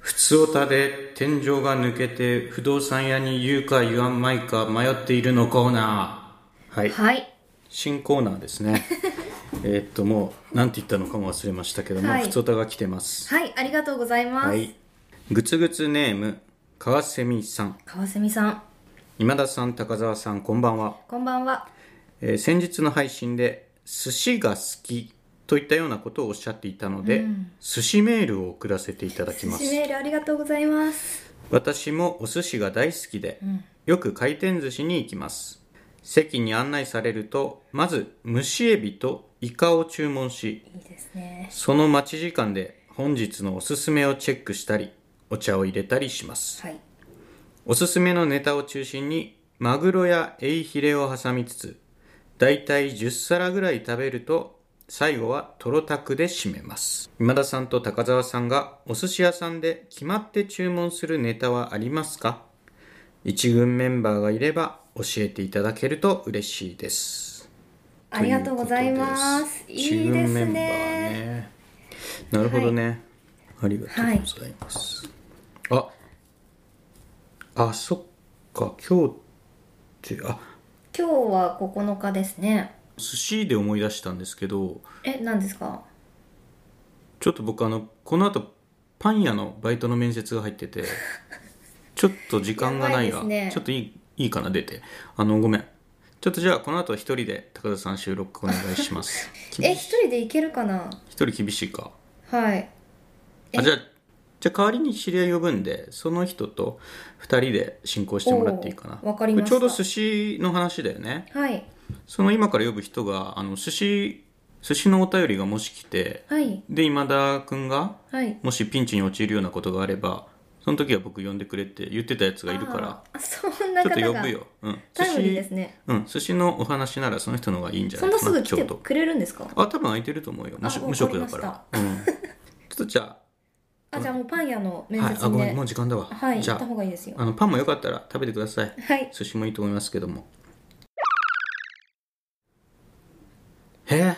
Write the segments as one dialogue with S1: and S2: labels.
S1: 普通おたで天井が抜けて不動産屋に言うか言わんまいか迷っているのコーナー。はい。
S2: はい。
S1: 新コーナーです ね。えーっと、もう、なんて言ったのかも忘れましたけども、
S2: はい
S1: ふつおたが来てます。
S2: はい、ありがとうございます。
S1: はい。ぐつぐつネーム、川瀬美さん。
S2: 川澄さん、
S1: 今田さん、高澤さん、こんばんは。
S2: こんばんは。
S1: えー先日の配信で寿司が好きといったようなことをおっしゃっていたので、寿司メールを送らせていただき
S2: 寿
S1: ま
S2: 司
S1: す
S2: メールありがとうございます。
S1: 私もお寿司が大好きで、よく回転寿司に行きます席に案内されるとまず蒸しエビとイカを注文し
S2: いいですね。
S1: その待ち時間で本日のおすすめをチェックしたりお茶を入れたりします
S2: はい。
S1: おすすめのネタを中心にマグロやエイヒレを挟みつつだいたい10皿ぐらい食べると最後はトロタクで締めます今田さんと高澤さんがお寿司屋さんで決まって注文するネタはありますか一軍メンバーがいれば教えていただけると嬉しいです
S2: ありがとうございます。
S1: と
S2: い
S1: い
S2: いう
S1: こと
S2: で
S1: です一軍メ
S2: す
S1: ンバー
S2: ね。
S1: ねなるほどね、ありがとうございます、ああそっか今日ってあ
S2: 今日は9日ですね。
S1: 寿司で思い出したんですけど
S2: え、何ですか
S1: ちょっと僕あのこの後パン屋のバイトの面接が入って てちょっと時間がない
S2: や
S1: が
S2: ばいですね
S1: ちょっといいいいかな出てあのごめんちょっとじゃあこの後一人で高田さん収録お願いします
S2: え、
S1: 厳
S2: 一
S1: し
S2: 人で行けるかな
S1: 一人厳しいか
S2: はい。
S1: あじゃあじゃあ代わりに知り合い呼ぶんでその人と2人で進行してもらっていいかな
S2: おーわかりました
S1: これちょうど寿司の話だよね
S2: はい。
S1: その今から呼ぶ人があの寿司寿司のお便りがもし来て
S2: はい。
S1: で今田君が
S2: はい。
S1: もしピンチに陥るようなことがあればその時は僕呼んでくれって言ってたやつがいるから
S2: あー。そんな
S1: ちょっ
S2: 方
S1: と
S2: が
S1: 呼ぶよ、うん、
S2: タイムリーです
S1: ね
S2: ね。
S1: うん寿司のお話ならその人の方がいいんじゃ
S2: そ
S1: なんい
S2: な
S1: か
S2: す
S1: な
S2: ぐ
S1: ち
S2: 来
S1: ょ
S2: て
S1: うど
S2: くれるんですか
S1: あ多分空いてると思うよ無し
S2: あ
S1: 無職だから
S2: わ
S1: うん、ちょっとじゃ
S2: あ、じゃあもうパン屋の 面
S1: あ,、はい、あ
S2: 接
S1: ご
S2: に
S1: めん
S2: ね
S1: もう。時間だわ、
S2: はい、
S1: じ
S2: 行っ
S1: ゃ
S2: た方がいいですよ
S1: あ。あのパンもよかったら食べてください
S2: はい。
S1: 寿司もいいと思いますけどもへえ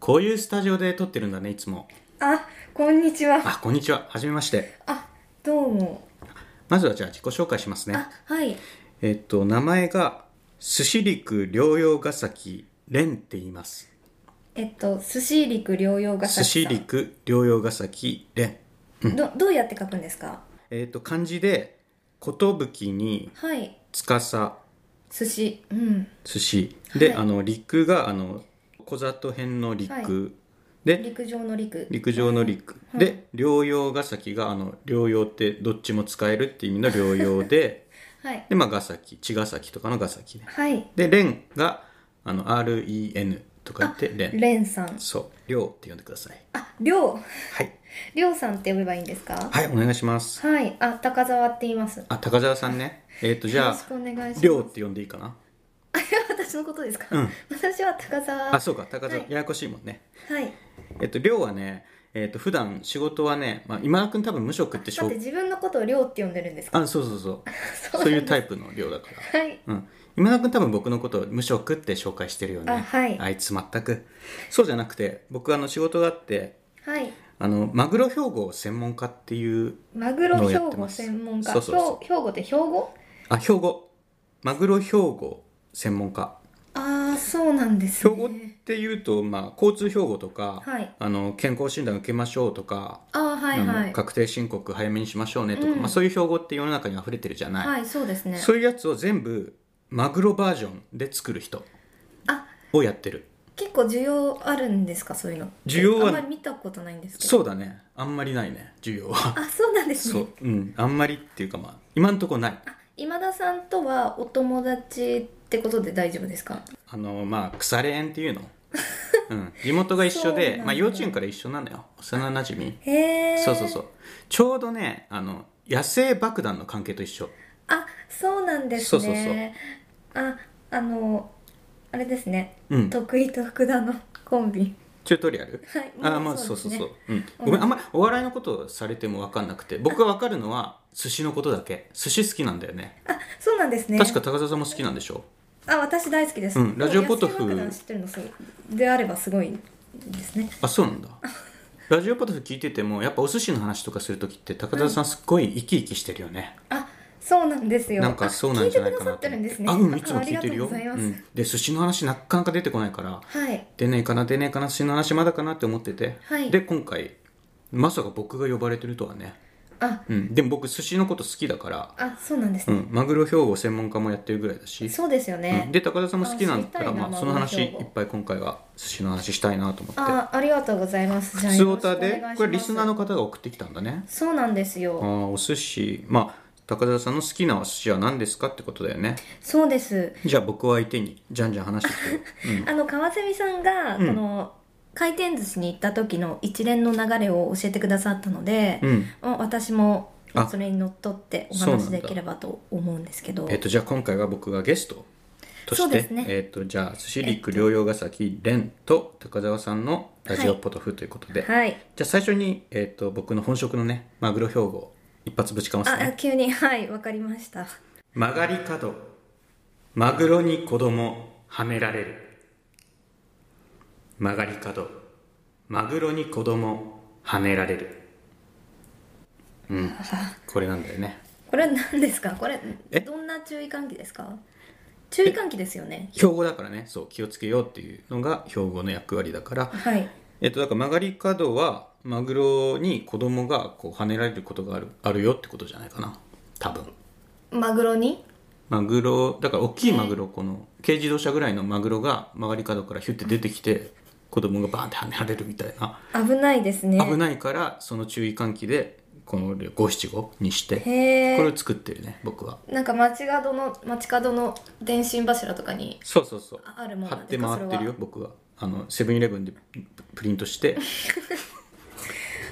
S1: こういうスタジオで撮ってるんだねいつも
S2: あ、こんにちは。
S1: あこんにちははじめまして
S2: あ、どうも。
S1: まずはじゃあ自己紹介しますね
S2: あ、はい。
S1: えっと名前が寿司陸療養ヶ崎蓮って言います
S2: えっと、寿司陸療養が
S1: 寿司陸療養ヶ崎蓮
S2: ど、どうやって書くんですか
S1: えっと漢字で寿に
S2: はい。
S1: 司
S2: 寿司。うん。
S1: 寿司で、
S2: はい
S1: あの陸があの小里編の陸、
S2: はい
S1: で
S2: 陸上の陸。
S1: 陸上の陸、
S2: はい
S1: で療養ヶ崎があの療養ってどっちも使えるって意味の療養で
S2: はい。
S1: でまあヶ崎茅ヶ崎とかのヶ崎ね
S2: はい。
S1: で蓮があの REN とか言って蓮
S2: レンさん。
S1: そう涼って呼んでください
S2: あ、りょう。
S1: はい
S2: りょうさんって呼べばいいんですか
S1: はいお願いします
S2: はい。あ、高沢って言います。よ
S1: あ高澤さんねえっ、とじ
S2: ろ
S1: ゃ
S2: しくお
S1: あ
S2: 願いします。
S1: 涼って呼んでいいかな
S2: 私のことですか、
S1: うん
S2: 私は高沢。
S1: あそうか高澤、
S2: はい
S1: ややこしいもんね
S2: はい。
S1: えっ、と涼はねえっ、と普段仕事はね、まあ、今田君多分無職ってし
S2: だ
S1: ょ
S2: って自分のことをりょうって呼んでるんですか
S1: あそうそうそう
S2: そうなんだ
S1: そういうタイプの涼だから
S2: はい。
S1: うん、今田君多分僕のことを無職って紹介してるよね
S2: あはい
S1: いつ全くそうじゃなくて僕あの仕事があって
S2: はい。
S1: あのマグロ標語専門家っていう
S2: マグロ
S1: のを
S2: 兵
S1: やって
S2: 庫
S1: ます
S2: 専門家。
S1: そうそうそう
S2: 兵兵庫って兵庫
S1: あ兵庫マグロ標語専門家
S2: ああ、そうなんです
S1: 標
S2: ね。
S1: 語っていうと、まあ、交通標語とか、
S2: はい
S1: あの健康診断受けましょうとか、
S2: ああ、はいは
S1: あの
S2: い。
S1: 確定申告早めにしましょうねとか、
S2: うん
S1: まあ、そういう標語って世の中に溢れてるじゃない、
S2: はい、そうですね。
S1: そういうやつを全部マグロバージョンで作る人
S2: あ、
S1: をやってる
S2: 結構需要あるんですか、そういうの。
S1: 需要は
S2: あんまり見たことないんですけど。
S1: そうだねあんまりないね需要は
S2: あ、そうなんです
S1: そう
S2: ね。、
S1: うん、あんまりっていうかまあ今んとこない
S2: あ、今田さんとはお友達ってことで大丈夫ですか。
S1: あのまあ腐れ縁って いうの、うん、地元が一緒
S2: そうな
S1: で
S2: んだ
S1: まあ、幼稚園から一緒なのよ幼なじみ
S2: へえ。。
S1: そうそうそううちょうどねあの野生爆弾の関係と一緒
S2: あ、そうなんですね。
S1: そうそうそう
S2: あ、あの、あれですね。
S1: うん
S2: 得意と福田のコンビ。
S1: チュートリアル
S2: はい
S1: あ
S2: も
S1: ま
S2: う
S1: あ
S2: そ
S1: そうう
S2: です
S1: そう
S2: ね
S1: そう、うん、ごめんあんまりお笑いのことをされても分かんなくて僕が分かるのは寿司のことだけ寿司好きなんだよね
S2: あ、そうなんですね。
S1: 確か高澤さんも好きなんでしょ
S2: あ、私大好きです。
S1: うんラジオポトフ
S2: でも野生爆弾知ってるのそうであればすごいですね。
S1: あそうなんだラジオポトフ聞いててもやっぱお寿司の話とかする時って高田さんすっごい生き生きしてるよね、
S2: あ、そうなんですよ。
S1: なんかそうなんじゃないかな
S2: あ聞いてくださってるんですね。
S1: あうんいつも聞いてるよ
S2: あありがと
S1: う
S2: うございます。
S1: ん、で寿司の話なかなか出てこないから
S2: はい。
S1: 出ねえかな出ねえかな寿司の話まだかなって思ってて、
S2: はい
S1: で今回まさか僕が呼ばれてるとはね、
S2: あ、
S1: うん、でも僕寿司のこと好きだから、
S2: あ、そうなんです
S1: う
S2: ね。
S1: ん、マグロ兵庫専門家もやってるぐらいだし
S2: そうですよね。
S1: うんで高田さんも好きなんだったら
S2: あ知りたいな
S1: まあ、その話
S2: マ
S1: い
S2: グロ兵庫
S1: っぱい今回は寿司の話したいなと思って
S2: あ、ありがとうございます。じゃあ
S1: 普通オタ
S2: よろしく
S1: で
S2: お願いします
S1: これリスナーの方が送ってきたんだね
S2: そうなんです
S1: あ
S2: よ。
S1: ーお寿司まあ高田さんの好きなお寿司は何ですかってことだよね
S2: そうです。
S1: じゃあ僕を相手にじゃんじゃん話して きてよ、
S2: あの川蝉さんがこ
S1: うん
S2: の回転寿司に行った時の一連の流れを教えてくださったので
S1: う、ん、うん
S2: まあ私も
S1: あ
S2: それにのっとってお
S1: そうなんだ
S2: 話できればと思うんですけど
S1: えっとじゃあ今回は僕がゲストと
S2: そ
S1: し
S2: う
S1: て
S2: です、ね
S1: えっとじゃあ寿司陸療養ヶ崎蓮と高澤さんのラジオポトフということで、
S2: はい
S1: じゃあ最初に、えっと僕の本職のねマグロ標語一発ぶちかます
S2: あ
S1: ね
S2: 急にはいわかりました
S1: 曲がり角マグロに子供はめられる曲がり角マグロに子供はめられるうんこれなんだよね
S2: これは何ですかこれ
S1: え
S2: どんな注意喚起ですか注意喚起ですよね
S1: 標語だからねそう気をつけようっていうのが標語の役割だから
S2: はい
S1: えっとだから曲がり角はマグロに子供がこう跳ねられることがあるあるよってことじゃないかな多分
S2: マグロに
S1: マグロだから大きいマグロこの軽自動車ぐらいのマグロが曲がり角からヒュッて出てきて子供がバーンって跳ねられるみたいな
S2: 危ないですね
S1: 危ないからその注意喚起でこの五七五にしてこ
S2: へ
S1: れ
S2: え
S1: を作ってるね僕は
S2: なんか街角の街角の電信柱とかに
S1: そうそうそう
S2: ああるもん
S1: 貼
S2: な
S1: っ
S2: ん
S1: て
S2: ですか
S1: 回ってるよ僕はあのセブンイレブンでプリントして
S2: それは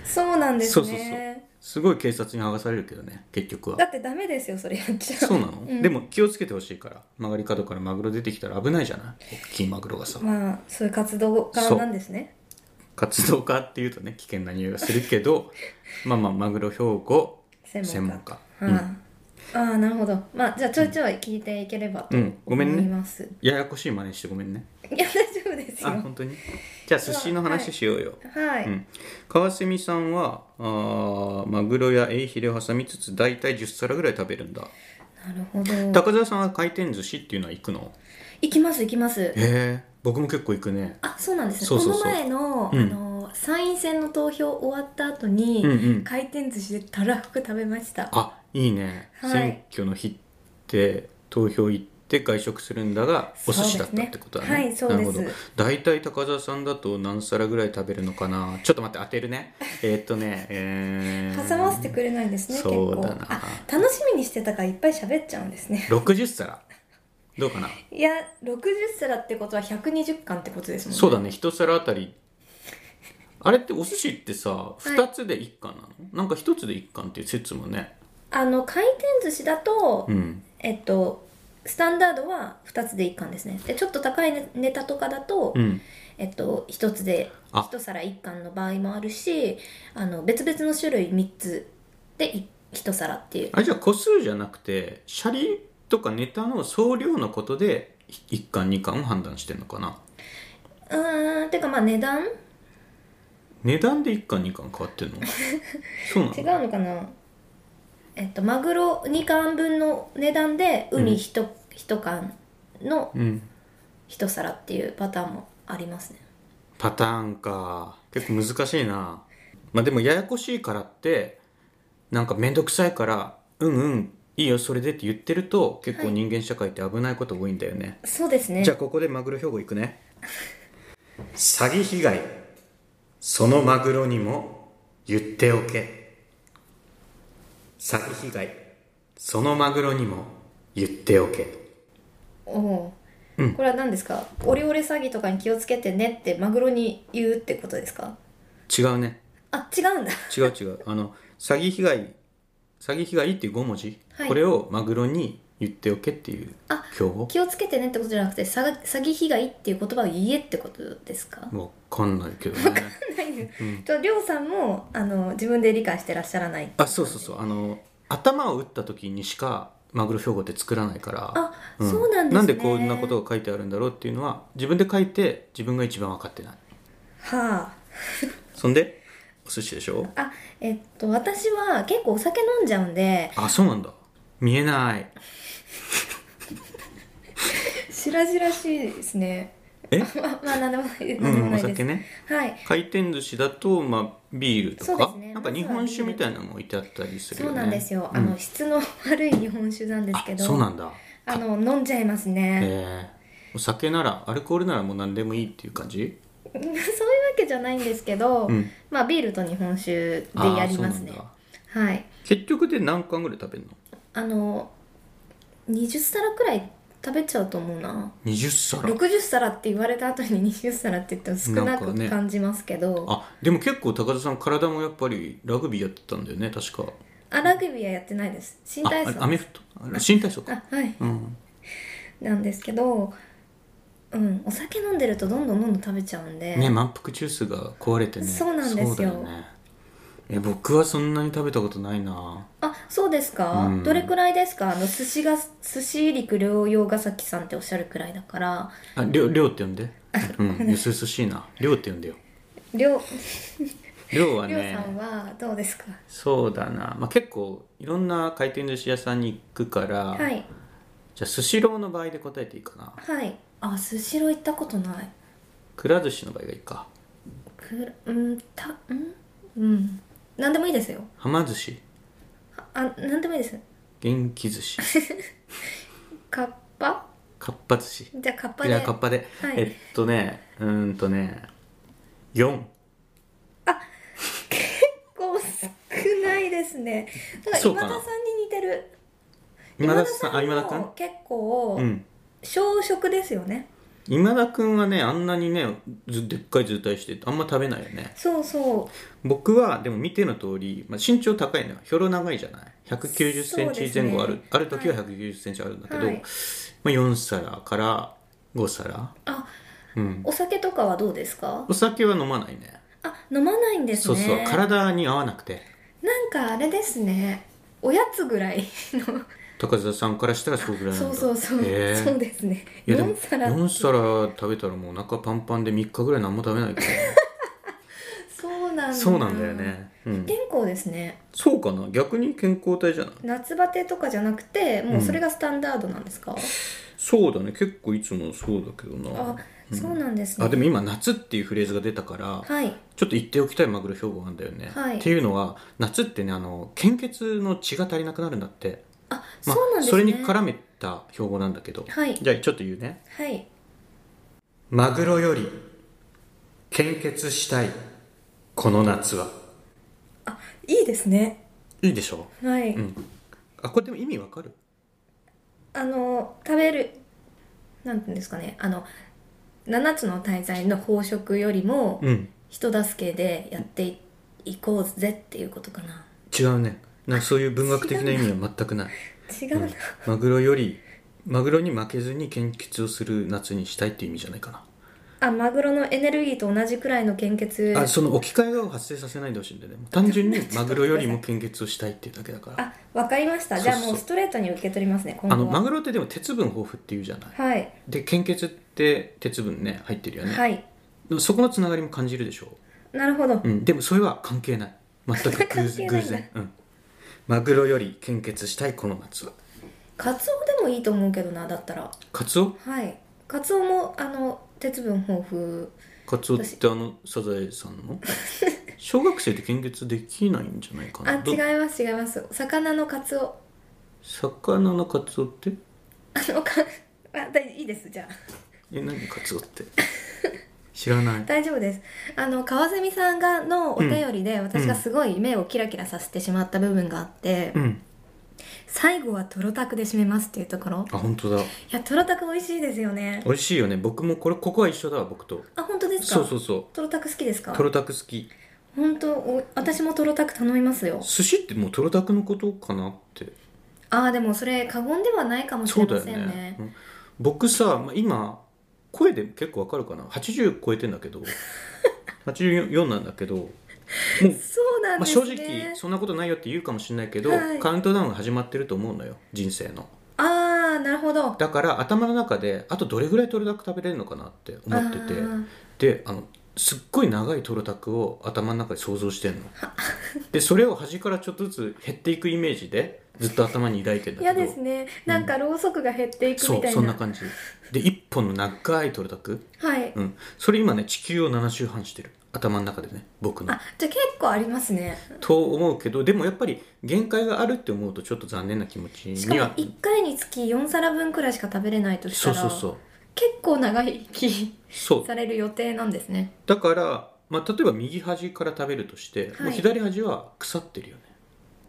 S2: そうなんですね
S1: そうそうそうすごい警察に剥がされるけどね結局は
S2: だってダメですよそれやっちゃ
S1: そうなの、
S2: うん
S1: でも気をつけてほしいから曲がり角からマグロ出てきたら危ないじゃない大きいマグロがさ
S2: まあそういう活動家なんですね
S1: 活動家っていうとね危険な匂いがするけ どまあまあマグロ兵庫
S2: 専門家
S1: 専門家
S2: はあ、ああなるほどまあじゃあちょいちょい聞いていければと
S1: う
S2: 思
S1: んごめんね
S2: います、
S1: ややこしい真似してごめんね
S2: いや大丈夫です
S1: あ
S2: よ
S1: 本当にじゃあ寿司の話しようよ、
S2: はい、
S1: うん、川蝉さんはあーマグロやエイヒレを挟みつつ大体10皿ぐらい食べるんだ
S2: なるほど
S1: 高澤さんは回転寿司っていうのは行くの
S2: 行きます行きます
S1: へえ僕も結構行くね
S2: あそうなんですね
S1: そうそうそう
S2: この前の,、
S1: うん
S2: あの参院選の投票終わった後に、
S1: うんうん
S2: 回転寿司でたらふく食べました
S1: あいいね、
S2: はい
S1: 選挙の日って投票行って外食するんだがお寿司だったってことだね
S2: そうですねは
S1: なる
S2: いそうで
S1: ほ
S2: す
S1: ど大体高澤さんだと何皿ぐらい食べるのかなちょっと待って当てる ねえーっとねえー、
S2: 挟ませてくれないんですね結構
S1: そうだな
S2: あ楽しみにしてたからいっぱい喋っちゃうんですね
S1: 60皿どうかな、
S2: いや60皿ってことは120貫ってことですもんね
S1: そうだね一皿あたりあれってお寿司ってさ
S2: い
S1: 2つで1貫なの、なんか1つで1貫っていう説もね
S2: あの回転寿司だと、
S1: うん
S2: えっとスタンダードは2つで1貫ですねでちょっと高いネネタとかだと、
S1: うん
S2: えっと、1つで
S1: あ
S2: 1皿1貫の場合もあるしあの別々の種類3つでい1皿っていう
S1: あれじゃあ個数じゃなくてシャリとかネタの総量のことで1巻2巻を判断してんのかな
S2: うーんてかまあ値段
S1: 値段で1巻2巻変わってんのそうな
S2: 違う
S1: の
S2: のかなえっとマグロ2貫分の値段でウニ 1,、一貫の
S1: うん
S2: 1皿っていうパターンもありますね
S1: パターンか結構難しいなまあでもややこしいからってなんか面倒くさいからうんうんいいよそれでって言ってると結構
S2: はい
S1: 人間社会って危ないこと多いんだよね、
S2: そうですね
S1: じゃあここでマグロ兵庫行くね詐欺被害そのマグロにも言っておけ詐欺被害そのマグロにも言っておけ
S2: おおう、
S1: うん
S2: これは何ですかオレオレ詐欺とかに気をつけてねってマグロに言うってことですか
S1: 違うね
S2: あ違うんだ
S1: 違う違うあの詐欺被害詐欺被害っていう5文字、
S2: はい
S1: これをマグロに言っておけっていう
S2: あ
S1: 標語
S2: 気をつけてねってことじゃなくて詐欺詐欺被害っていう言葉を言えってことですか
S1: わかんないけどね
S2: とりょうさんもあの自分で理解してらっしゃらない
S1: あそうそうそうあの頭を打った時にしかマグロ標語って作らないから
S2: あ
S1: うん
S2: そうなんですね
S1: なんでこんなことが書いてあるんだろうっていうのは自分で書いて自分が一番分かってない
S2: はあ
S1: そんでお寿司でしょ
S2: あえっと私は結構お酒飲んじゃうんで
S1: あそうなんだ見え ない
S2: 白々しいですね
S1: え
S2: ままあ何でもないです
S1: う
S2: 何でも
S1: ん
S2: な
S1: お
S2: いです、
S1: 酒ね
S2: はい
S1: 回転寿司だと、まあ、ビールと
S2: そうで
S1: か、
S2: すね
S1: なんか日本酒みたいなのも置いてあったりする
S2: そ
S1: よ
S2: う
S1: ね
S2: なんですよ、
S1: うん
S2: あの質の悪い日本酒なんですけ
S1: あ
S2: ど
S1: そうなんだ
S2: あの飲んじゃいます
S1: へ
S2: ね、
S1: えお酒ならアルコールならもう何でもいいっていう感じ
S2: そういうわけじゃないんですけど、
S1: うん
S2: まあビールと日本酒で
S1: あー
S2: やりますね
S1: そうなんだ
S2: はい
S1: 結局で何貫ぐらい食べるの
S2: あの20皿くらい食べちゃうと思うな
S1: 20皿
S2: 60皿って言われた後に20皿って言っても少な
S1: なんか
S2: く
S1: ね
S2: 感じますけど、
S1: あでも結構高田さん体もやっぱりラグビーやってたんだよね確か
S2: あラグビーはやってないです新体操
S1: ああアメフトあ新体操か
S2: あはい
S1: うん
S2: なんですけどうんお酒飲んでるとどんどんどんどん食べちゃうんで、
S1: ね満腹ジュースが壊れてね
S2: そうなんですよ
S1: そうだよねえ僕はそんなに食べたことないな
S2: あそうですか、
S1: うん
S2: どれくらいですかあの寿司が寿司陸両用ヶ崎さんっておっしゃるくらいだから
S1: ありょうりょうって呼ん でうんよそよそしいなりょうって呼んでよ
S2: 両
S1: りょうは
S2: りょうさ
S1: ね
S2: んはどうですか
S1: そうだな、まあ、結構いろんな回転寿司屋さんに行くから、
S2: はい
S1: じゃあスシローの場合で答えていいかな
S2: はいあスシロー行ったことない
S1: くら寿司の場合がいいか
S2: くらうんたうんうんなんでもいいですよ
S1: はま寿司
S2: ああなんでもいいです
S1: 元気寿 司
S2: カッパ
S1: かっぱ寿司
S2: じゃあカッパ
S1: い
S2: で
S1: やカッパで、
S2: はい
S1: えっとねうーんとね4
S2: こう少ないですねだから
S1: そう
S2: 今
S1: か
S2: 田
S1: な
S2: さんに似てる
S1: 今田さんあ今田君
S2: も結構
S1: うん
S2: 小食ですよね、
S1: 今田君はねあんなにねずでっかい渋滞してあんま食べないよね
S2: そうそ
S1: 僕はでも見ての通り、まあ、身長高いのよひょろ長いじゃない1 9 0ン
S2: そうで
S1: チ
S2: すね
S1: 前後ある、ある時は
S2: は
S1: 1 9 0ンチあるんだけど、
S2: はい
S1: まあ、4皿から5皿
S2: うあ
S1: うん
S2: お酒とかはどうですか
S1: お酒は飲まないね
S2: あ飲まないんです
S1: そう
S2: ね
S1: そう体に合わなくて
S2: なんかあれですねおやつぐらいの
S1: 高田さんからしたらそうぐらいなんだ
S2: そうそうそう、
S1: へえ
S2: そうですね
S1: いやでも
S2: 4皿
S1: 4皿食べたらもうお腹パンパンで3日ぐらい何も食べない から
S2: そうなんだ
S1: そうなんだよね、うん、
S2: 健康ですね
S1: そうかな逆に健康体じゃない
S2: 夏バテとかじゃなくてもうそれがスタンダードなんですか、
S1: そうだね結構いつもそうだけどな
S2: あそうなんですね
S1: あでも今夏っていうフレーズが出たから
S2: はい
S1: ちょっと言っておきたいマグロ標語なんだよね、
S2: はい
S1: っていうのは夏ってねあの献血の血が足りなくなるんだって、
S2: あ、
S1: まあ
S2: そうなんですね
S1: それに絡めた標語なんだけど、
S2: はい
S1: じゃあちょっと言うね
S2: はい
S1: マグロより献血したいこの夏はい
S2: いですね
S1: いいでしょ
S2: はい、
S1: あこれでも意味わかる
S2: あの食べるなんていうんですかねあの7つの大罪の飽食よりも
S1: うん
S2: 人助けでやっていいこうぜっていうことかな
S1: 違うねなんかそういう文学的な意味は全くない
S2: 違うな、
S1: マグロよりマグロに負けずに献血をする夏にしたいっていう意味じゃないかな
S2: あマグロのエネルギーと同じくらいの献血
S1: あその置き換えを発生させないでほしいんでね単純にマグロよりも献血をしたいっていうだけだから
S2: あわかりましたじゃあ
S1: そうそう
S2: もうストレートに受け取りますね今
S1: あ
S2: 後
S1: の
S2: は
S1: マグロってでも鉄分豊富っていうじゃない
S2: はい
S1: で献血って鉄分ね入ってるよね、
S2: はい
S1: でもそこのつながりも感じるでしょ
S2: なるほど、
S1: うん、でもそれは関係ない全く偶
S2: 関係
S1: 然
S2: ないんだ
S1: 偶然、うん、マグロより献血したいこの夏は
S2: カツオでもいいと思うけどなだったら
S1: カツオ
S2: はいカツオもあの鉄分豊富
S1: カツオってあのサザエさん の小学生で献血できないんじゃないか
S2: あ
S1: など
S2: 違います違います魚のカツオ
S1: 魚のカツオって
S2: あのか あだいいですじゃあ
S1: え何カツオって知らない
S2: 大丈夫ですあの川蝉さんがのお便りで、私がすごい目をキラキラさせてしまった部分があって、
S1: うん
S2: 最後はトロタクで締めますっていうところ
S1: あ本当だ
S2: いやトロタク美味しいですよね
S1: 美味しいよね僕もこれここは一緒だわ僕と
S2: あ本当ですか
S1: そうそうそ
S2: トロタク好きですか
S1: うトロタク好き
S2: 本当お私もトロタク頼みますよ
S1: 寿司ってもうトロタクのことかなって
S2: あーでもそれ過言ではないかもし
S1: そ
S2: れ
S1: うだ
S2: ま
S1: よ
S2: せ
S1: ね
S2: んね
S1: うん僕さ、まあ、今声で結構わかるかな80超えてんだ けど84なんだけどもう、
S2: そうなん
S1: まあ、
S2: です
S1: 正
S2: ね、
S1: 直そんなことないよって言うかもしれないけど、
S2: はい
S1: カウントダウンが始まってると思うのよ人生の
S2: ああなるほど
S1: だから頭の中であとどれぐらいトロタク食べれるのかなって思ってて
S2: あー
S1: であのすっごい長いトロタクを頭の中で想像して んのでそれを端からちょっとずつ減っていくイメージでずっと頭に抱いてんだけど
S2: 嫌ですねなんかろうそくが減っていく
S1: そ
S2: み
S1: う
S2: たいな、
S1: そんな感じで一本の長いトロタク
S2: はい、
S1: うんそれ今ね地球を7周半してる頭の中でね僕の
S2: あじゃあ結構ありますね
S1: と思うけどでもやっぱり限界があるって思うとちょっと残念な気持ち
S2: しか
S1: に
S2: も
S1: は
S2: 1回につき4皿分くらいしか食べれないとし
S1: そ
S2: た
S1: う
S2: ら
S1: そうそう
S2: 結構長生き
S1: そう
S2: される予定なんですね
S1: だから、まあ、例えば右端から食べるとして、
S2: はい
S1: もう左端は腐ってるよね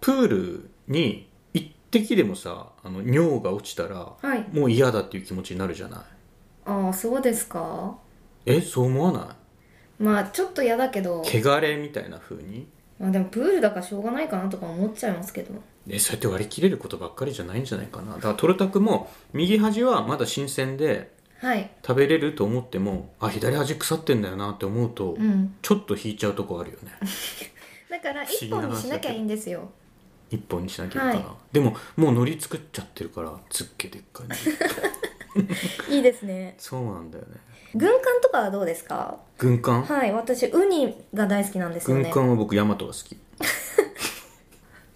S1: プールに一滴でもさあの尿が落ちたら
S2: はい
S1: もう嫌だっていう気持ちになるじゃない
S2: ああそうですか
S1: えそう思わな
S2: まあちょっと嫌だけど
S1: い汚れみたいな風に
S2: まあでもプールだからしょうがないかなとか思っちゃいますけど
S1: えそうやって割り切れることばっかりじゃないんじゃないかなだからトロタクも右端はまだ新鮮で
S2: はい
S1: 食べれると思ってもあ左端腐ってんだよなって思うと、
S2: うん
S1: ちょっと引いちゃうとこある よね
S2: だから
S1: 不思議
S2: 1
S1: な話
S2: 本にしなきゃいいんですよ
S1: 一本にしなきゃいいかな、
S2: は
S1: でももう海苔作っちゃってるからつっけてっかいね
S2: いいですね
S1: そうなんだよね
S2: 軍艦とかはどうですか
S1: 軍艦、
S2: はい私ウニが大好きなんですよ
S1: 軍
S2: ね
S1: 艦は僕ヤマトが好き、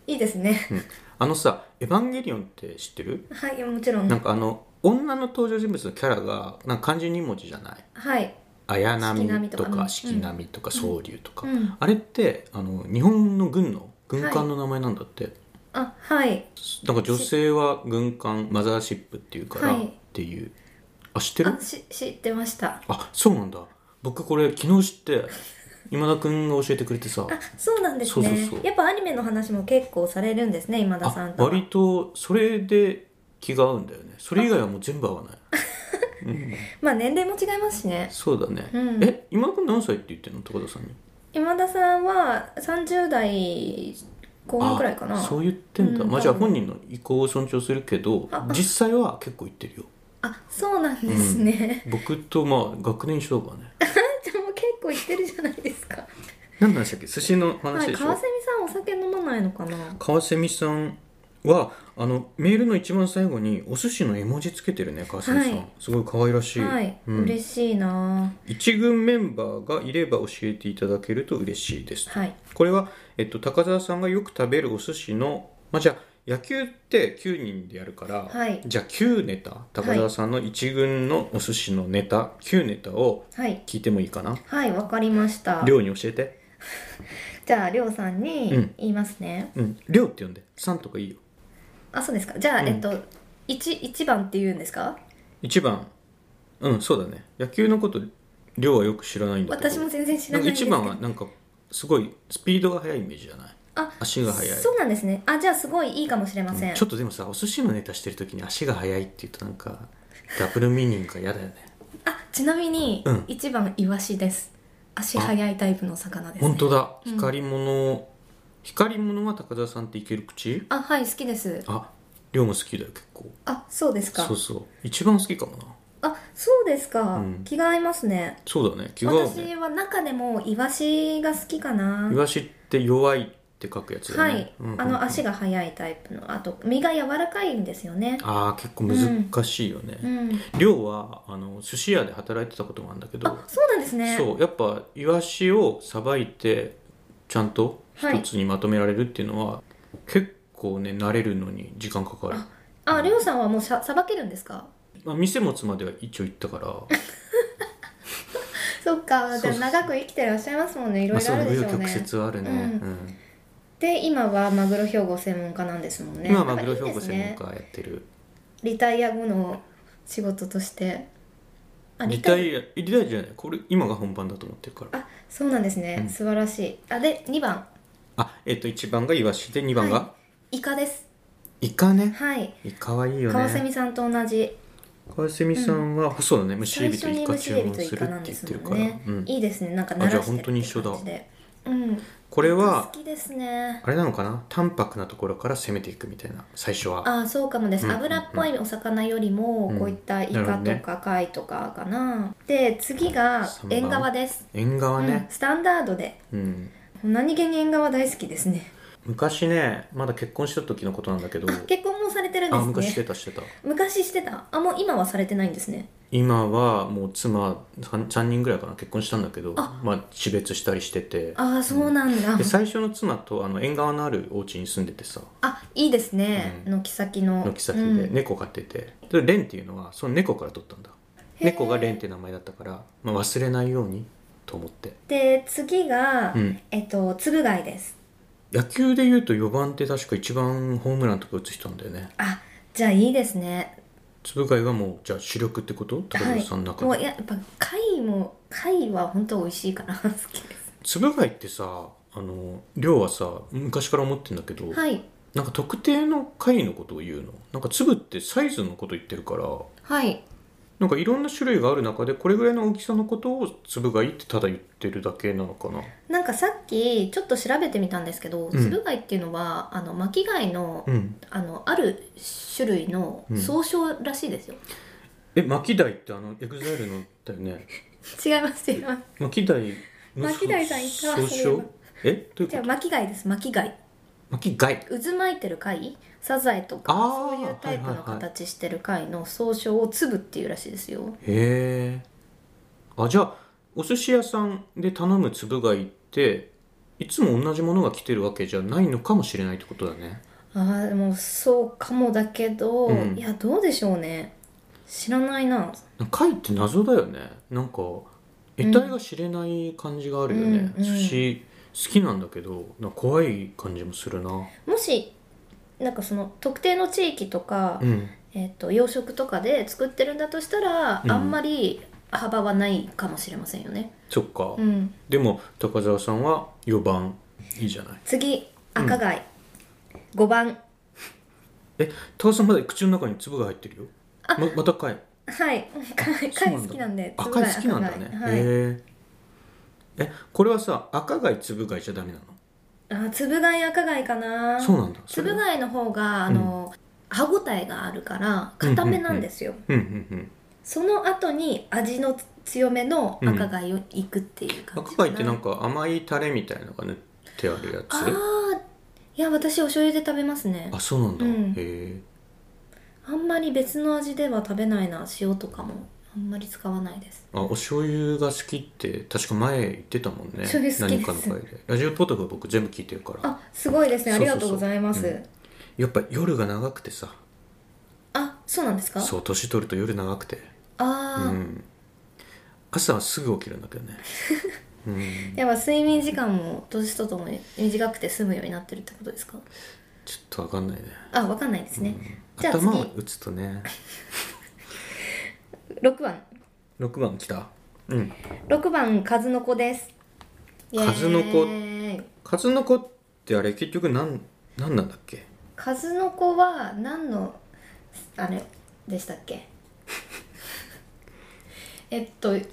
S2: いいですね
S1: うん、あのさ「エヴァンゲリオン」って知ってる、
S2: はいもちろん
S1: なんかあの女の登場人物のキャラがなんか漢字2文字じゃない
S2: はい
S1: 綾波とか
S2: 四
S1: 四
S2: 季
S1: 季
S2: 並
S1: 波とか宗龍とか、
S2: うん
S1: あれってあの日本の軍の軍艦の名前なんだって、
S2: あはい
S1: なんか女性は軍艦マザーシップっていうから
S2: はい
S1: っていう、あ知ってる
S2: あし知ってました
S1: あそうなんだ僕これ昨日知って今田君が教えてくれてさ
S2: あそうなんですね
S1: そうそうそう
S2: やっぱアニメの話も結構されるんですね今田さ
S1: あ
S2: んとは
S1: 割とそれで気が合うんだよねそれ以外はもう全部合わない、うん、
S2: まあ年齢も違いますしね
S1: そうだね、
S2: うん
S1: え今田君何歳って言ってんの高田さんに
S2: 今田さんは30代後半くらいかな
S1: あそう言ってんだ、
S2: うん
S1: まあじゃあ
S2: 多分
S1: 本人の意向を尊重するけど
S2: あ
S1: 実際は結構言ってるよ
S2: あそうなんですね、
S1: 僕とまあ学年一緒だからね
S2: じゃあもう結構いってるじゃないですか
S1: 何なんでしたっけ寿司の
S2: は
S1: 話
S2: い
S1: でしょ、
S2: 川蝉さんお酒飲まないのかな
S1: 川蝉さんはあのメールの一番最後にお寿司の絵文字つけてるね川蝉さん、
S2: はい
S1: すごい可愛らしい、
S2: はい、
S1: うん、
S2: 嬉しいな
S1: 一軍メンバーがいれば教えていただけると嬉しいです
S2: はい
S1: これは、えっと、高澤さんがよく食べるお寿司の、まあ、じゃあ野球って9人でやるから、
S2: はい
S1: じゃあ9ネタ高澤さんの一軍のお寿司のネタ9ネタを
S2: はい
S1: 聞いてもいいかな
S2: はいわかりました
S1: 寮に教えて
S2: じゃありょうさんに
S1: うん
S2: 言いますね、
S1: うん寮って呼んで3とかいいよ
S2: あそうですかじゃあ、
S1: うん
S2: えっと 1, 一番って言うんですか
S1: 1番うんそうだね野球のこと寮はよく知らないんだけど
S2: 私も全然知
S1: な
S2: ら
S1: ん
S2: な
S1: か
S2: いんです
S1: 1
S2: けど
S1: 番はなんかすごいスピードが速いイメージじゃない
S2: あ
S1: 足が速い
S2: そうなんですねあじゃあすごいいいかもしれません、
S1: ちょっとでもさお寿司のネタしてる時に足が速いって言うとなんかダブルミーニングが嫌だよね
S2: あちなみに
S1: うん
S2: 一番イワシです足速いタイプの魚です、ね、
S1: 本当だ
S2: うん
S1: 光り物、光り物は高田さんっていける口
S2: あはい好きです
S1: あ量も好きだよ結構
S2: あそうですか
S1: そうそう一番好きかもな
S2: あそうですか、
S1: うん
S2: 気が合いますね
S1: そうだね気が合う
S2: 私
S1: ね
S2: は中でもイワシが好きかな
S1: イワシって弱いって書くやつだ
S2: は
S1: ね、
S2: い、
S1: うんうんうん
S2: あの足が速いタイプのあと身が柔らかいんですよね
S1: あー結構難しいよね、
S2: うん
S1: 量はあの寿司屋で働いてたこともあるんだけど
S2: あそうなんですね
S1: そうやっぱイワシをさばいてちゃんと
S2: はい
S1: 一つにまとめられるっていうのは、結構ね慣れるのに時間かかる
S2: ああレオさんはもうささばけるんですか
S1: まあ、店持つまでは一応行ったから
S2: そっかじ
S1: そう
S2: ゃあ
S1: そう
S2: 長く生きてらっしゃいますもんねいろ
S1: まあ
S2: いろ
S1: そ
S2: あ
S1: う
S2: るでしょう
S1: 紆
S2: ね、
S1: 余曲折はあるね、
S2: うん
S1: うん
S2: で今はマグロ兵庫専門家なんですもんね
S1: 今はマグロ
S2: やっぱ
S1: 兵
S2: いい
S1: 庫
S2: です
S1: 専門
S2: ね
S1: 家やってる
S2: リタイア後の仕事としてあ
S1: リタイアリタイアじゃないこれ今が本番だと思ってるから
S2: あそうなんですね、
S1: うん
S2: 素晴らしいあで2番
S1: あえっ、と1番がイワシで2番が、
S2: はイカです
S1: イカね
S2: はい
S1: イカはいいよ
S2: 川
S1: ね
S2: 蝉さんと同じ
S1: 川蝉さんは、そうだね虫エ
S2: 最
S1: ビとイ
S2: 初に
S1: カ
S2: 虫
S1: 注
S2: エビ
S1: 文
S2: とイ
S1: す
S2: カ
S1: るっ
S2: なん
S1: て
S2: で
S1: 言っ
S2: す
S1: てる
S2: も
S1: か
S2: ん
S1: ら、
S2: ね、
S1: うん、
S2: いいですねなんか
S1: あ
S2: 慣
S1: じゃ
S2: ら
S1: あ
S2: して
S1: 本
S2: って
S1: 当に一緒だ
S2: 感じでうん
S1: これ
S2: 好
S1: は
S2: きですね
S1: あれなのかな淡白なところから攻めていくみたいな最初は
S2: あそうかもです、
S1: うんうんうん
S2: 油っぽいお魚よりも
S1: うん
S2: こういったイ
S1: なる
S2: カ
S1: ほど
S2: と
S1: ね
S2: か貝とかかな、で次が
S1: 三番
S2: 縁側です、
S1: 縁側
S2: うん
S1: ね、
S2: スタンダードで
S1: うん
S2: 何気に縁側大好きですね
S1: 昔ねまだ結婚してた時のことなんだけど
S2: あ結婚もされてるん
S1: あ
S2: で
S1: 昔し
S2: す
S1: て
S2: ね
S1: たしてた
S2: 昔してたあもう今はされてないんですね
S1: 今はもう妻 3, 3人ぐらいかな結婚したんだけど
S2: あ
S1: まあ、死別したりしてて
S2: ああそうなんだ、
S1: で最初の妻とあの縁側のあるお家に住んでてさ
S2: あいいですね、
S1: うん
S2: 軒先の
S1: 軒先
S2: う
S1: で
S2: ん
S1: 猫飼ってて、それレンっていうのはその猫から取ったんだ
S2: へー
S1: 猫がレンって名前だったから、まあ、忘れないようにと思って、
S2: で次が、
S1: うん、
S2: えっとつぶ貝です
S1: 野球でいうと4番って確か一番ホームランとか打つ人なんだよね
S2: あじゃあいいですね
S1: つぶいはもうじゃあ主力ってこと高
S2: は
S1: 田
S2: い
S1: さんの中
S2: もう
S1: で
S2: やっぱ貝も貝は本当美味しい から好きです
S1: つぶ貝ってさあの量はさ昔から思ってんだけど、
S2: はい
S1: なんか特定の貝のことを言うのなんか粒ってサイズのこと言ってるから
S2: はい
S1: なんかいろんな種類がある中でこれぐらいの大きさのことを粒貝ってただ言ってるだけなのかな
S2: なんかさっきちょっと調べてみたんですけど、
S1: ん
S2: つぶ貝っていうのはあの巻き貝の,、
S1: うん
S2: あのある種類の
S1: うん
S2: 総称らしいですよ、
S1: え巻き貝ってあのエグザイルのだよね
S2: 違います違います
S1: 巻き貝の
S2: 巻き貝さん一回忘れ
S1: 総
S2: る
S1: 称えどういう
S2: じゃあ
S1: こ
S2: 巻き貝です巻き貝
S1: と巻き貝
S2: 渦巻いてる貝サザエとか
S1: あー
S2: そういうタイプ
S1: はい
S2: の
S1: はいはい
S2: 形してる貝の総称を粒っていうらしいですよ
S1: へえあじゃあお寿司屋さんで頼む粒貝っていつも同じものが来てるわけじゃないのかもしれないってことだね
S2: あーでもそうかもだけど、
S1: うん
S2: いやどうでしょうね知らないな
S1: 貝って謎だよねなんか得体が知れない感じがあるよね、
S2: うんうんう
S1: 寿
S2: ん
S1: 司好きなんだけどなんか怖い感じもするな
S2: もしなんかその特定の地域とか、
S1: うん
S2: えっと養殖とかで作ってるんだとしたら、
S1: うん
S2: あんまり幅はないかもしれませんよね、
S1: そっか、
S2: うん、
S1: でも高澤さんは4番いいじゃない
S2: 次赤貝、5番
S1: え高澤さんまだ口の中に粒が入ってるよ
S2: あ
S1: ままた貝
S2: はい
S1: そ
S2: 貝
S1: う
S2: 貝
S1: な
S2: 好
S1: だ
S2: きなんで
S1: あ貝好きなんだ
S2: つぶ
S1: ね、
S2: 貝はい、
S1: へええこれはさ赤貝粒貝じゃダメなの
S2: あつぶ貝赤貝かな
S1: そうなんだそ
S2: つ
S1: れ
S2: ぶ貝の方があの、歯ごたえがあるから固めなんですよ、
S1: うんうん
S2: その後に味の強めの赤貝をいくっていう
S1: うん
S2: 感じ
S1: 赤貝ってなんか甘いタレみたいのが塗ってあるや
S2: あ
S1: つ
S2: あいや私お醤油で食べますね
S1: あそうなんだ、
S2: うん
S1: へえ
S2: あんまり別の味では食べないな塩とかもあんまり使わないです
S1: あお醤油が好きって確か前言ってたもんね
S2: 醤油好き
S1: 何
S2: です
S1: かの回でラジオポトフ僕全部聞いてるから
S2: あすごいですねあ
S1: そう
S2: り
S1: そうそう
S2: がとうございます
S1: うんやっぱ夜が長くてさ
S2: あそうなんですか
S1: そう年取ると夜長くてう
S2: ああ、
S1: ん朝はすぐ起きるんだけ どねうん
S2: やっぱ睡眠時間も年とともに短くて済むようになってるってことですか
S1: ちょっとわかんないね
S2: あわかんないですね、 じゃあ次
S1: 頭を打つとね
S2: 6番
S1: 6番来たうん
S2: 6番数の子ですイエーイ
S1: 数の子数の子ってあれ結局なんなんなんだっけ
S2: 数の子は何のあれでしたっ けえっとはい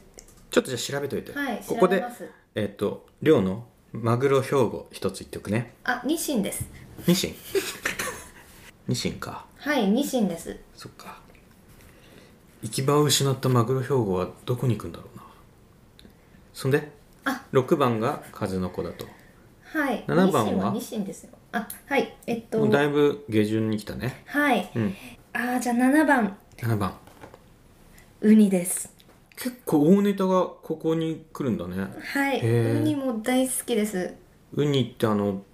S1: ちょっとじゃあ調べといて、こ
S2: 調
S1: こ
S2: べ
S1: で
S2: ます
S1: えっ、と量のマグロ兵庫一つ言っておくね
S2: あニシンです
S1: ニシン ニシンか
S2: はいニシンです
S1: そっか行き場を失ったマグロ兵庫はどこに行くんだろうなそんで
S2: あ
S1: 6番が数の子だと
S2: はい
S1: 7番は
S2: ニシンニシンですよあはいえっと
S1: もうだいぶ下旬に来たね
S2: はい
S1: うん
S2: あーじゃあ7番
S1: 7番
S2: ウニです
S1: 結構大ネタがここに来るんだね
S2: はい
S1: へー
S2: ウニも大好きです
S1: ウニってあの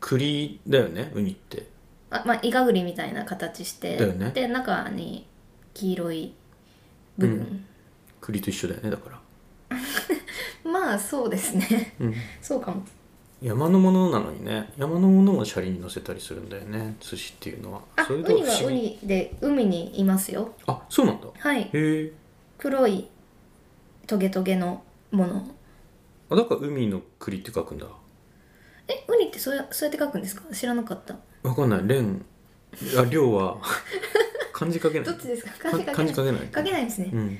S1: 栗だよねウニって
S2: あまあイガグリみたいな形して、
S1: だよね
S2: で中に黄色い部分、
S1: 栗と一緒だよねだから、
S2: まあそうですね
S1: うん、
S2: そうかも
S1: 山のものなのにね山のものをシャリに乗せたりするんだよね寿司っていうのは
S2: あ
S1: そ
S2: ウ
S1: れと
S2: ニはウ
S1: 議
S2: ニで海にいますよ
S1: あそうなんだ
S2: はい
S1: へえ
S2: 黒いトゲトゲのもの
S1: あだから海の栗って書くんだ
S2: えウニってそうやそうやって書くんですか知らなかった
S1: わかんない蓮あ量 は漢字書けない
S2: どっちです
S1: か
S2: か漢字書け
S1: 漢字書
S2: ない
S1: けない
S2: 書けないですね
S1: うん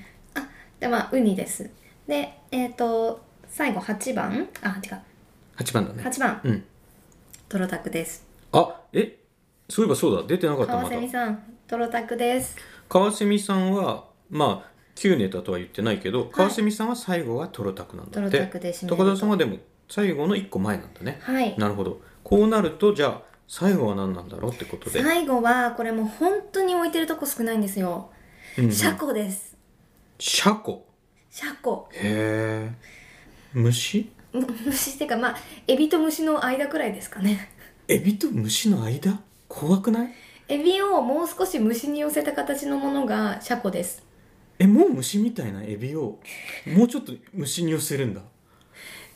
S2: でまあウニですでえっ、と最後8番あ違う
S1: 8番だね
S2: 8番
S1: うん
S2: トロタクです
S1: あえそういえばそうだ出てなかった
S2: 川
S1: まだ
S2: 蝉さんトロタクです
S1: 川蝉さんはまあ旧ネタとは言ってないけど川蝉さんは最後はトロタクなんだ
S2: ト
S1: っ
S2: ロ
S1: て、
S2: タクで締め
S1: 高田さん
S2: は
S1: はでも最後の1個前なんだね
S2: はい
S1: なるほどこうなるとじゃあ最後は何なんだろうってことで、
S2: 最後はこれもう本当に置いてるとこ少ないんですよ、
S1: うん、
S2: 車庫です
S1: 車庫
S2: 車庫
S1: へえ虫
S2: む虫っていうかまあエビと虫の間くらいですかね
S1: エビと虫の間怖くない
S2: エビをもう少し虫に寄せた形のものが車庫です
S1: えもう虫みたいなエビをもうちょっと虫に寄せるんだ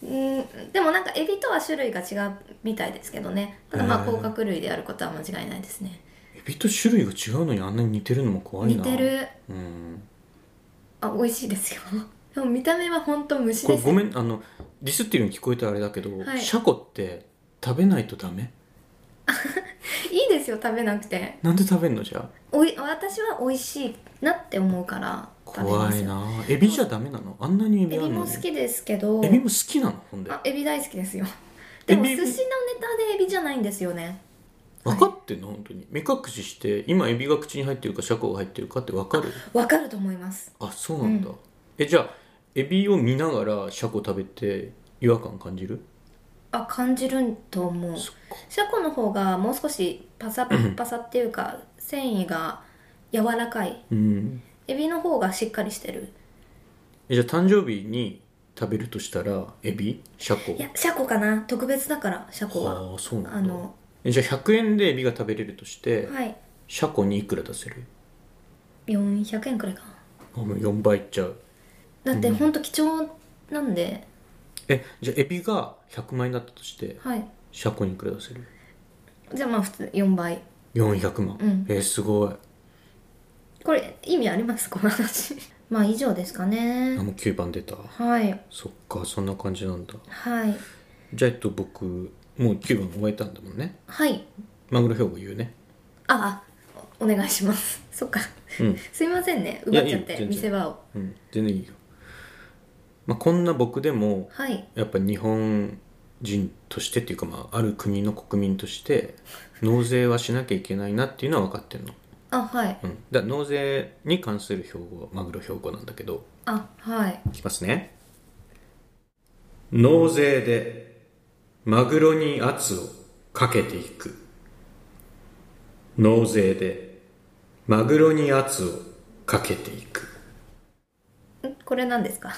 S2: うんでもなんかエビとは種類が違うみたいですけどねただまあ
S1: へー
S2: 甲殻類であることは間違いないですね
S1: エビと種類が違うのにあんなに似てるのも怖い
S2: 似
S1: な
S2: てる
S1: うん
S2: あ美味しいですよ でも見た目は本当虫
S1: これ
S2: です
S1: ごめんあのディスってるように聞こえてあれだけど、
S2: はい
S1: シャコって食べないとダメ
S2: いいですよ食べなくて
S1: なんで食べんのじゃあ
S2: おい私は美味しいなって思うから食べま
S1: 怖
S2: す
S1: いなエビじゃダメなのあんなにエビ
S2: エ
S1: ある
S2: ビ
S1: のに
S2: も好きですけど
S1: エビも好きなのほんで
S2: あエビ大好きで すよでも
S1: エビ
S2: 寿司のネタでエビじゃないんですよね
S1: 分かってんの本当に目隠しして今エビが口に入ってるかシャコが入ってるかって分かる
S2: わかると思います
S1: あそうなんだ、えじゃあエビを見ながらシャコ食べて違和感感じる
S2: あ感じると思う
S1: そっか
S2: シャコの方がもう少しパサパサっていうか繊維が柔らかい
S1: うん
S2: エビの方がしっかりしてる
S1: えじゃあ誕生日に食べるとしたらエビシャコ
S2: いやシャコかな特別だからシャコは
S1: ああそうな
S2: あ
S1: んだ
S2: の
S1: えじゃあ100円でエビが食べれるとして、
S2: はい
S1: シャコにいくら出せる
S2: 400円くらいかな
S1: あもう4倍いっちゃう
S2: だってほんと貴重なんで、
S1: えじゃあエビが100万円だったとして
S2: はい
S1: シャコにいくら出せる
S2: じゃあまあ普通4倍
S1: 400万、
S2: うん
S1: えーすごい
S2: これ意味ありますこの話 まあ以上ですか
S1: あ
S2: ね
S1: もう9番出た
S2: はい
S1: そっかそんな感じなんだ
S2: はい
S1: じゃあえっと僕もう9番終えたんだもんね
S2: はい
S1: マグロ兵庫言うね
S2: ああおお願いします そっか
S1: うん、
S2: すいませんね奪っちゃっ
S1: いやいい
S2: て
S1: よ全然
S2: 見せ場を
S1: うん、全然いいよ、まあ、こんな僕でも
S2: はい
S1: やっぱ日本人としてっていうか、まあ、ある国の国民として納税はしなきゃいけないなっていうのは分かってるの、
S2: あはい
S1: うん、だから納税に関する標語はマグロ標語なんだけど
S2: あはい
S1: いきますね納税でマグロに圧をかけていく納税でマグロに圧をかけていく
S2: んこれなんです か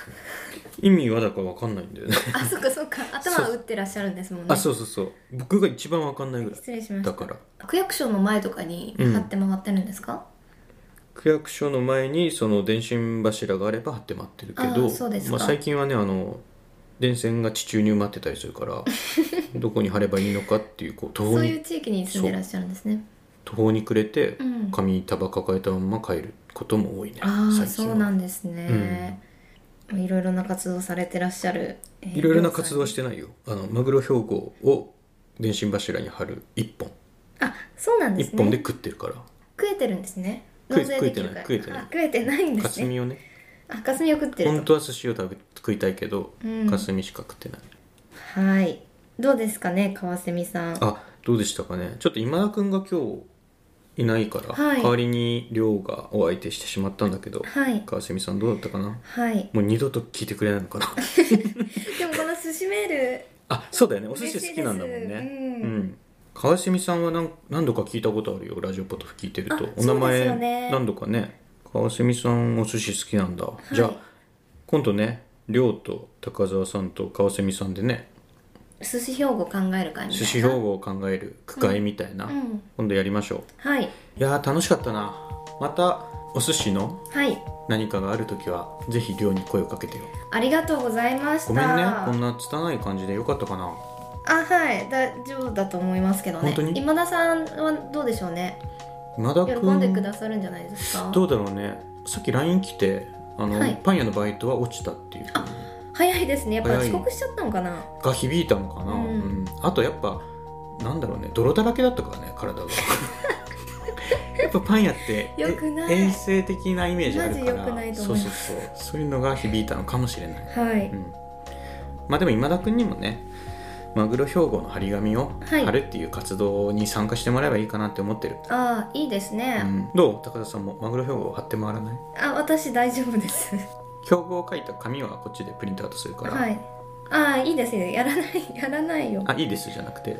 S1: 意味はだから分かんないんだよね
S2: あそっかそっか頭打ってらっしゃるんですもんね
S1: あそうそうそう僕が一番分かんないぐらい
S2: 失礼しまし
S1: だ
S2: た
S1: から
S2: 区役所の前とかに貼って回ってるんですか、
S1: 区役所の前にその電信柱があれば張って待ってるけど
S2: あそうですか
S1: まあ、最近はねあの電線が地中に埋まってたりするから どこに貼ればいいのかっていうこう途方
S2: そう
S1: に
S2: いう地域に住んでらっしゃるんですね
S1: 途方に暮れて、
S2: うん
S1: 紙束抱えたまま帰ることも多いね
S2: ああ
S1: 最近
S2: そ
S1: は
S2: うなんですね、まあいろいろな活動されてらっしゃるえー
S1: いろいろな活動は
S2: りょう
S1: してないよあのマグロ標語を電信柱に貼る一本
S2: さんあそうなんです
S1: 一
S2: ね
S1: 本で食ってるから
S2: 食えてるんですね
S1: 食え
S2: 納税できるから
S1: 食えてない
S2: あ食えてないんですね
S1: 霞をね
S2: あかすみを食ってる
S1: 本
S2: と
S1: 当は寿司を食べ食いたいけど、
S2: うん
S1: 霞しか食ってない
S2: はいどうですかね川蝉さん
S1: あどうでしたかねちょっと今田君が今日いないから、
S2: はい
S1: 代わりに亮がお相手してしまったんだけど、
S2: はい
S1: 川澄さんどうだったかな
S2: はい
S1: もう二度と聞いてくれないのかな
S2: でもこの寿司メール
S1: あそうだよね お寿司好きなんだもんね
S2: 嬉しいですうん
S1: うん川澄さんは何何度か聞いたことあるよラジオポトフ聞いてる
S2: あ
S1: と
S2: そう
S1: お
S2: です
S1: 名
S2: よね
S1: 前何度かね川澄さんお寿司好きなんだ、
S2: い
S1: じゃあ今度ね亮と高澤さんと川澄さんでね
S2: 寿司標語考える会みたいな
S1: 寿司標語を考える句会みたいな、
S2: うん
S1: 今度やりましょう
S2: はい
S1: いやー楽しかったなまたお寿司の
S2: はい
S1: 何かがある時はぜひ寮に声をかけてよ
S2: ありがとうございました
S1: ごめんねこんな拙い感じでよかったかな
S2: あはい大丈夫だと思いますけどね
S1: 本当に
S2: 今田さんはどうでしょうね
S1: 今田
S2: 喜
S1: 君
S2: んでくださるんじゃないですか
S1: どうだろうねさっき LINE 来てあの、
S2: はい
S1: パン屋のバイトは落ちたっていう
S2: 早いですねやっぱ
S1: 早い
S2: 遅刻しちゃったのかな
S1: が響いたのかな、
S2: うん
S1: うんあとやっぱなんだろうね泥だらけだったからね体 がやっぱパン屋ってえ
S2: よくない
S1: 衛生的なイメージあるから
S2: マジよくないと思いま
S1: そうそうそうそういうのが響いたのかもしれない、
S2: はい、
S1: うん、まあでも今田君にもねマグロ標語の張り紙を
S2: はい
S1: 貼るっていう活動に参加してもらえばいいかなって思ってる、
S2: ああいいですね、
S1: うんどう高田さんもマグロ標語を貼って回らない
S2: あ私大丈夫です
S1: 標語を書いた紙はこっちでプリントアウトするから、
S2: はいああいいですねやらないやらないよ
S1: あいいですじゃなくて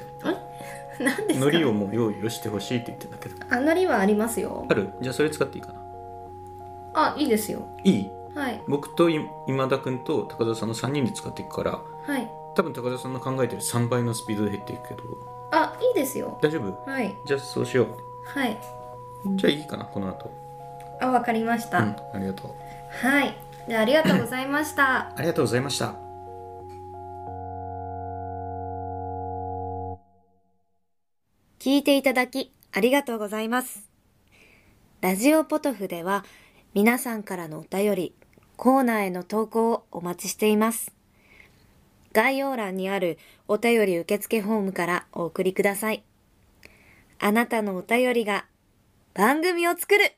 S2: 何で
S1: 海
S2: すか
S1: 苔をもう用意をしてほしいって言ってんだけど
S2: あ海苔はありますよ
S1: あるじゃあそれ使っていいかな
S2: あいいですよ
S1: いい
S2: はい
S1: 僕とい今田君と高田さんの3人で使っていくから
S2: はい
S1: 多分高田さんの考えてる3倍のスピードで減っていくけど
S2: あいいですよ
S1: 大丈夫
S2: はい
S1: じゃあそうしよ
S2: はい。
S1: うじゃあいいかなこの後
S2: あ、わかりまし
S1: う
S2: た。
S1: んありがとう
S2: はい。じゃあ、ありがとうございました。
S1: ありがとうございました
S3: 聞いていただきありがとうございます。ラジオポトフでは皆さんからのお便り、コーナーへの投稿をお待ちしています。概要欄にあるお便り受付フォームからお送りください。あなたのお便りが番組を作る